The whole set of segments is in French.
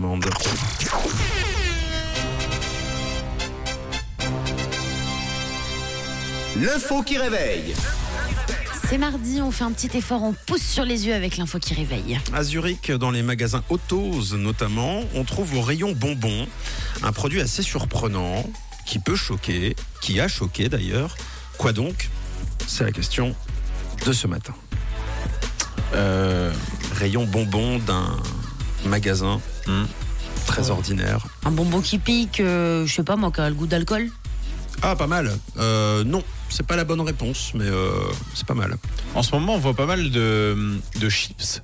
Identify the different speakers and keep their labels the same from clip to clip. Speaker 1: monde.
Speaker 2: L'info qui réveille.
Speaker 3: C'est mardi, on fait un petit effort, on pousse sur les yeux avec l'info qui réveille.
Speaker 1: À Zurich, dans les magasins Autos notamment, on trouve au rayon bonbons un produit assez surprenant qui peut choquer, qui a choqué d'ailleurs. Quoi donc C'est la question de ce matin. Euh, rayon bonbons d'un magasin hmm, très ordinaire.
Speaker 3: Un bonbon qui pique, euh, je sais pas moi, qui a le goût d'alcool.
Speaker 1: Ah, pas mal. Euh, non, c'est pas la bonne réponse, mais euh, c'est pas mal.
Speaker 4: En ce moment, on voit pas mal de, de chips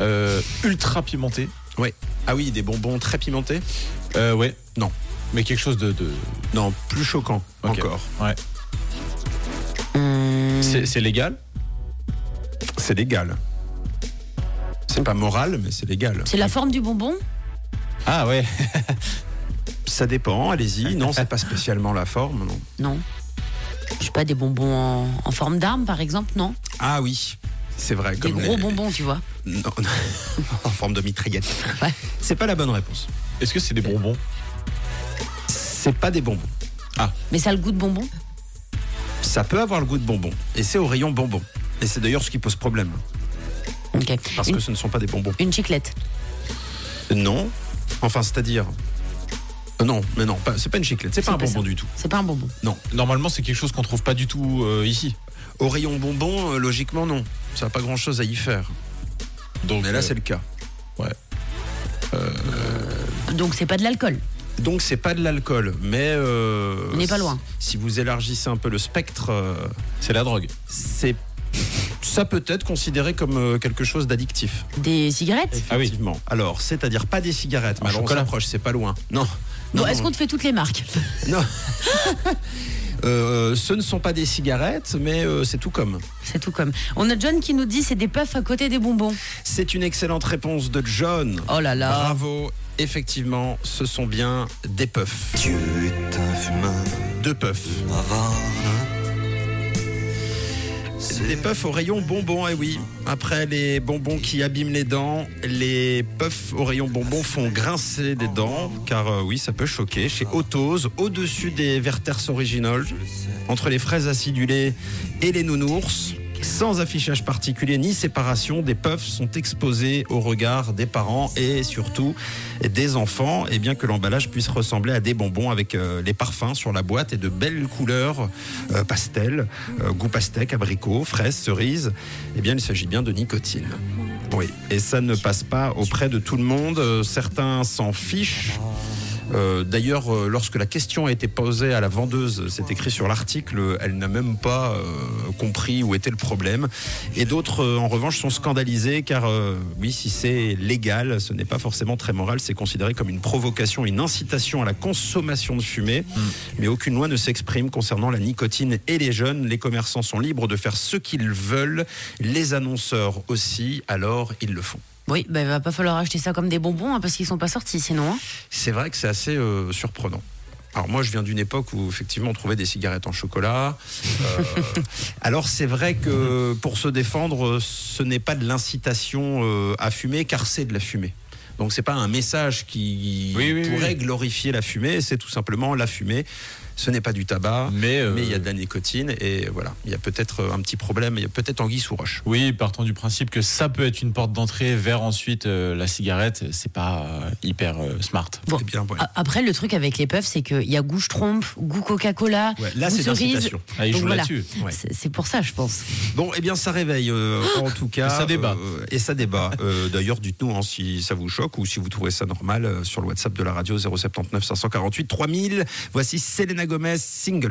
Speaker 4: euh, ultra pimentés.
Speaker 1: Ouais. Ah oui, des bonbons très pimentés
Speaker 4: Euh, ouais,
Speaker 1: Non.
Speaker 4: mais quelque chose de. de-
Speaker 1: Non, plus choquant
Speaker 4: Ok.
Speaker 1: encore.
Speaker 4: Ouais.
Speaker 1: Hmm.
Speaker 4: C'est c'est légal
Speaker 1: C'est légal. C'est pas moral, mais c'est légal.
Speaker 3: C'est la forme du bonbon
Speaker 4: Ah ouais.
Speaker 1: Ça dépend, allez-y. Non, c'est pas spécialement la forme, non.
Speaker 3: Non. Je sais pas, des bonbons en, en forme d'arme par exemple, non
Speaker 1: Ah oui, c'est vrai.
Speaker 3: Des
Speaker 1: comme
Speaker 3: gros
Speaker 1: les-
Speaker 3: bonbons, tu vois.
Speaker 1: Non, non. en forme de mitraillette.
Speaker 3: Ouais.
Speaker 1: C'est pas la bonne réponse.
Speaker 4: Est-ce que c'est des bonbons
Speaker 1: C'est pas des bonbons.
Speaker 3: Mais ça a le goût de bonbon
Speaker 1: Ça peut avoir le goût de bonbons. Et c'est au rayon bonbons. Et c'est d'ailleurs ce qui pose problème.
Speaker 3: Ok.
Speaker 1: Parce
Speaker 3: une,
Speaker 1: que ce ne sont pas des bonbons.
Speaker 3: une chiclette.
Speaker 1: Non. Enfin, c'est-à-dire. Non, mais non, pas- c'est pas une chiclette. C'est pas
Speaker 3: C'est
Speaker 1: un
Speaker 3: pas
Speaker 1: bonbon
Speaker 3: ça.
Speaker 1: du tout.
Speaker 3: C'est pas un bonbon.
Speaker 4: Normalement, c'est quelque chose qu'on trouve pas du tout euh, ici.
Speaker 1: Au rayon bonbons, euh, logiquement, non. Ça n'a pas grand-chose à y faire.
Speaker 4: Donc
Speaker 1: Mais là,
Speaker 4: euh,
Speaker 1: c'est le cas.
Speaker 3: Donc c'est pas de l'alcool.
Speaker 1: Donc c'est pas de l'alcool, mais euh,
Speaker 3: On n'est pas loin.
Speaker 1: Si vous élargissez un peu le spectre, euh,
Speaker 4: c'est la drogue.
Speaker 1: c'est ça peut être considéré comme euh, quelque chose d'addictif.
Speaker 3: Des cigarettes
Speaker 4: Ah oui.
Speaker 1: Effectivement. Alors, c'est-à-dire pas des cigarettes, mais
Speaker 4: Un
Speaker 1: alors on
Speaker 4: chocolat.
Speaker 1: s'approche, c'est pas loin. Non.
Speaker 3: Bon,
Speaker 1: Non,
Speaker 3: est-ce
Speaker 1: non.
Speaker 3: qu'on te fait toutes les marques
Speaker 1: Non. Euh, ce ne sont pas des cigarettes, mais euh, c'est tout comme.
Speaker 3: C'est tout comme. On a John qui nous dit c'est des puffs à côté des bonbons.
Speaker 1: C'est une excellente réponse de John.
Speaker 3: Oh là là.
Speaker 1: Bravo. Effectivement, ce sont bien des puffs.
Speaker 5: Dieu est un fumeur
Speaker 1: Deux puffs.
Speaker 5: bavard.
Speaker 1: Des puffs au rayon bonbons, eh oui. Après les bonbons qui abîment les dents, les puffs au rayon bonbons font grincer des dents, car euh, oui, ça peut choquer. Chez Autos, au-dessus des Werther's Original, entre les fraises acidulées et les nounours, sans affichage particulier ni séparation, des puffs sont exposés au regard des parents et surtout des enfants, et bien que l'emballage puisse ressembler à des bonbons avec euh, les parfums sur la boîte et de belles couleurs euh, pastel, euh, goût pastèque, abricot, fraise, cerise, eh bien il s'agit bien de nicotine. Oui, et ça ne passe pas auprès de tout le monde, Euh, certains s'en fichent. Euh, D'ailleurs, euh, lorsque la question a été posée à la vendeuse, c'est écrit sur l'article, elle n'a même pas euh, compris où était le problème. Et d'autres, euh, en revanche, sont scandalisés car, euh, oui, si c'est légal, ce n'est pas forcément très moral, c'est considéré comme une provocation, une incitation à la consommation de fumée. Mais aucune loi ne s'exprime concernant la nicotine et les jeunes. Les commerçants sont libres de faire ce qu'ils veulent, les annonceurs aussi, alors ils le font.
Speaker 3: Oui, bah, il va pas falloir acheter ça comme des bonbons hein, parce qu'ils sont pas sortis sinon. hein.
Speaker 1: C'est vrai que c'est assez euh, surprenant. Alors moi, je viens d'une époque où effectivement on trouvait des cigarettes en chocolat. Euh, alors c'est vrai que pour se défendre, euh, ce n'est pas de l'incitation euh, à fumer, car c'est de la fumée. Donc c'est pas un message qui
Speaker 4: Oui, oui,
Speaker 1: pourrait
Speaker 4: oui.
Speaker 1: glorifier la fumée. C'est tout simplement la fumée. Ce n'est pas du tabac,
Speaker 4: Mais, euh,
Speaker 1: mais il y a de la nicotine et voilà. Il y a peut-être euh, un petit problème. Il y a peut-être anguille sous roche.
Speaker 4: Oui, partant du principe que ça peut être une porte d'entrée vers ensuite euh, la cigarette, c'est pas euh, hyper euh, smart.
Speaker 3: Bon.
Speaker 1: Eh bien, voilà.
Speaker 3: A- Après, le truc avec les puffs, c'est qu'il y a goût trompe, goût Coca-Cola,
Speaker 1: Ouais, là,
Speaker 3: goût
Speaker 1: c'est de
Speaker 3: cerise.
Speaker 1: l'incitation.
Speaker 4: Ah, ils
Speaker 3: Donc
Speaker 4: jouent
Speaker 3: voilà.
Speaker 4: là-dessus.
Speaker 1: Ouais.
Speaker 3: C'est c'est pour ça, je pense.
Speaker 1: Bon, eh bien, ça réveille, euh, en tout cas.
Speaker 4: ça débat.
Speaker 1: euh, et ça débat. Euh, D'ailleurs, dites-nous hein, si ça vous choque ou si vous trouvez ça normal euh, sur le WhatsApp de la radio 079 548 3000. Voici Selena Gomez, Single